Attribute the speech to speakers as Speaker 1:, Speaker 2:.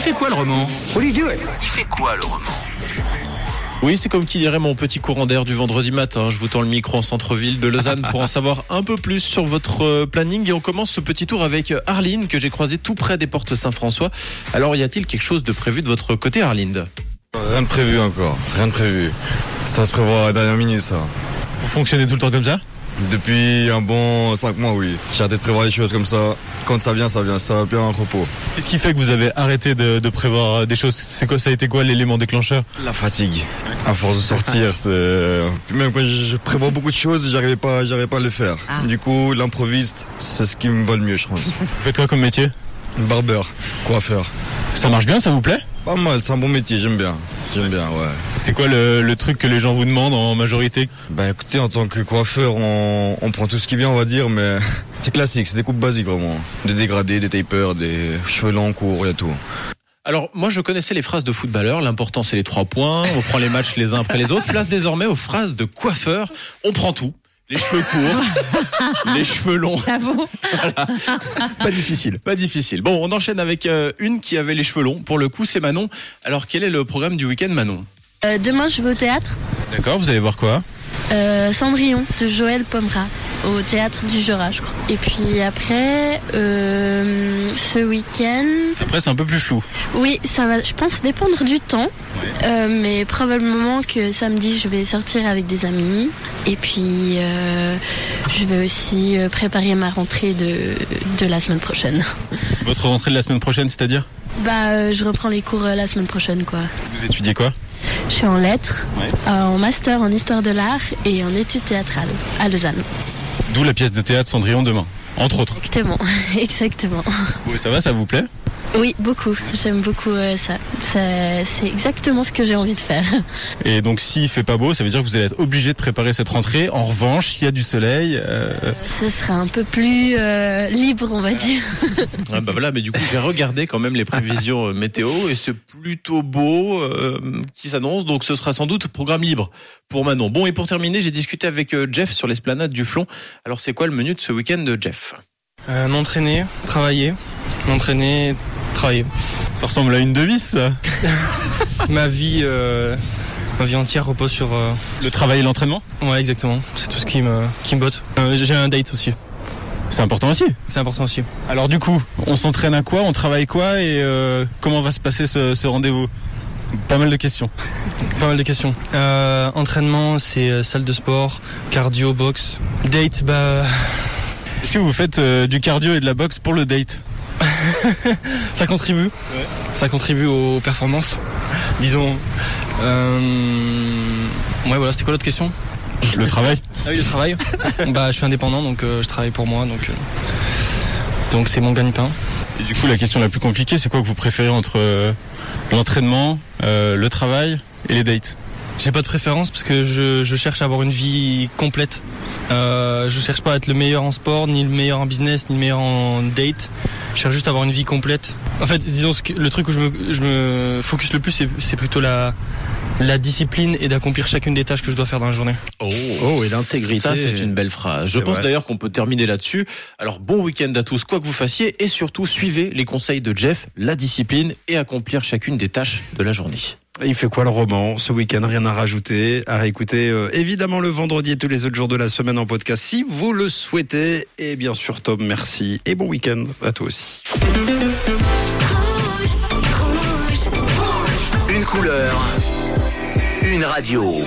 Speaker 1: fait quoi le roman
Speaker 2: What do you do it?
Speaker 1: Il fait quoi le roman
Speaker 3: Oui, c'est comme qui dirait mon petit courant d'air du vendredi matin. Je vous tends le micro en centre-ville de Lausanne pour en savoir un peu plus sur votre euh, planning. Et on commence ce petit tour avec euh, Arline, que j'ai croisée tout près des portes Saint-François. Alors, y a-t-il quelque chose de prévu de votre côté, Arlinde
Speaker 4: Rien de prévu encore, rien de prévu. Ça se prévoit à la dernière minute, ça.
Speaker 3: Vous fonctionnez tout le temps comme ça
Speaker 4: Depuis un bon 5 mois, oui. J'ai arrêté de prévoir les choses comme ça. Quand ça vient, ça vient, ça va bien un repos.
Speaker 3: Qu'est-ce qui fait que vous avez arrêté de, prévoir des choses C'est quoi Ça a été quoi l'élément déclencheur
Speaker 4: La fatigue. À force de sortir, c'est... euh, Même quand je je prévois beaucoup de choses, j'arrivais pas, j'arrivais pas à le faire. Du coup, l'improviste, c'est ce qui me va le mieux, je pense.
Speaker 3: Vous faites quoi comme métier
Speaker 4: Barbeur, coiffeur.
Speaker 3: Ça marche bien, ça vous plaît
Speaker 4: Pas mal, c'est un bon métier, j'aime bien. J'aime bien, ouais.
Speaker 3: C'est quoi le, le truc que les gens vous demandent en majorité
Speaker 4: Bah écoutez, en tant que coiffeur, on, on prend tout ce qui vient, on va dire, mais c'est classique, c'est des coupes basiques vraiment. Des dégradés, des tapers, des cheveux longs, courts, et tout.
Speaker 3: Alors, moi, je connaissais les phrases de footballeurs. L'important, c'est les trois points. On prend les matchs les uns après les autres. Place désormais aux phrases de coiffeur. On prend tout. Les cheveux courts, les cheveux longs.
Speaker 5: J'avoue.
Speaker 3: Pas difficile. Pas difficile. Bon, on enchaîne avec euh, une qui avait les cheveux longs. Pour le coup, c'est Manon. Alors, quel est le programme du week-end, Manon
Speaker 6: Euh, demain, je vais au théâtre
Speaker 3: D'accord, vous allez voir quoi
Speaker 6: euh, Cendrillon de Joël Pomera au théâtre du Jura, je crois. Et puis après, euh, ce week-end,
Speaker 3: Après, c'est un peu plus flou.
Speaker 6: oui, ça va, je pense, dépendre du temps, Euh, mais probablement que samedi, je vais sortir avec des amis. Et puis, euh, je vais aussi euh, préparer ma rentrée de, de la semaine prochaine.
Speaker 3: Votre rentrée de la semaine prochaine, c'est-à-dire
Speaker 6: Bah, euh, je reprends les cours euh, la semaine prochaine, quoi.
Speaker 3: Vous étudiez quoi
Speaker 6: Je suis en lettres,
Speaker 3: Ouais.
Speaker 6: euh, en master en histoire de l'art et en études théâtrales à Lausanne.
Speaker 3: D'où la pièce de théâtre Cendrillon demain, entre autres.
Speaker 6: Exactement, exactement.
Speaker 3: Oui, ça va, ça vous plaît
Speaker 6: Oui, beaucoup. J'aime beaucoup euh, ça. ça c'est exactement ce que j'ai envie de faire.
Speaker 3: Et donc, s'il fait pas beau, ça veut dire que vous allez être obligé de préparer cette rentrée. En revanche, s'il y a du soleil, euh,
Speaker 6: Ce sera un peu plus euh, libre, on va dire.
Speaker 3: Ah bah voilà, mais du coup j'ai regardé quand même les prévisions euh, météo et c'est plutôt beau euh, qui s'annonce, donc ce sera sans doute programme libre pour Manon. Bon et pour terminer, j'ai discuté avec euh, Jeff sur l'esplanade du Flon. Alors c'est quoi le menu de ce week-end de Jeff
Speaker 7: Euh, m'entraîner, travailler, m'entraîner, travailler.
Speaker 3: Ça ressemble à une devise ça.
Speaker 7: ma vie, euh, ma vie entière repose sur. euh,
Speaker 3: Le travail et l'entraînement,
Speaker 7: Ouais, exactement. C'est tout ce qui me, qui me botte. Euh, j'ai un date aussi.
Speaker 3: c'est important aussi.
Speaker 7: C'est important aussi.
Speaker 3: Alors du coup, on s'entraîne à quoi, on travaille quoi et euh, comment va se passer ce, ce rendez-vous Pas mal de questions.
Speaker 7: Pas mal de questions. Euh, entraînement, c'est euh, salle de sport, cardio, boxe. Date, bah,
Speaker 3: Est-ce que vous faites euh, du cardio et de la boxe pour le date
Speaker 7: ça contribue. Ça contribue aux performances. Disons. Euh, Ouais, voilà. C'était quoi l'autre question
Speaker 3: Le travail
Speaker 7: Ah oui, le travail. bah, je suis indépendant, donc euh, je travaille pour moi, donc. euh, Donc c'est mon gagne-pain.
Speaker 3: Et du coup, la question la plus compliquée, c'est quoi que vous préférez entre euh, l'entraînement, euh, le travail et les dates
Speaker 7: J'ai pas de préférence parce que je, je cherche à avoir une vie complète. Euh, je cherche pas à être le meilleur en sport, ni le meilleur en business, ni le meilleur en date. Je cherche juste à avoir une vie complète. En fait, disons ce que- le truc où je me, je me focus le plus, c'est- c'est plutôt la, la discipline et d'accomplir chacune des tâches que je dois faire dans la journée.
Speaker 3: Oh,
Speaker 1: Oh, et l'intégrité.
Speaker 3: Ça, c'est une belle phrase. Je
Speaker 1: C'est
Speaker 3: pense
Speaker 1: vrai.
Speaker 3: d'ailleurs qu'on peut terminer là-dessus. Alors, bon week-end à tous, quoi que vous fassiez, et surtout, suivez les conseils de Jeff, la discipline, et accomplir chacune des tâches de la journée.
Speaker 1: Il fait quoi le roman Ce week-end, rien à rajouter. À réécouter euh, évidemment le vendredi et tous les autres jours de la semaine en podcast si vous le souhaitez. Et bien sûr, Tom, merci. Et bon week-end à toi aussi.
Speaker 8: Une couleur, une radio.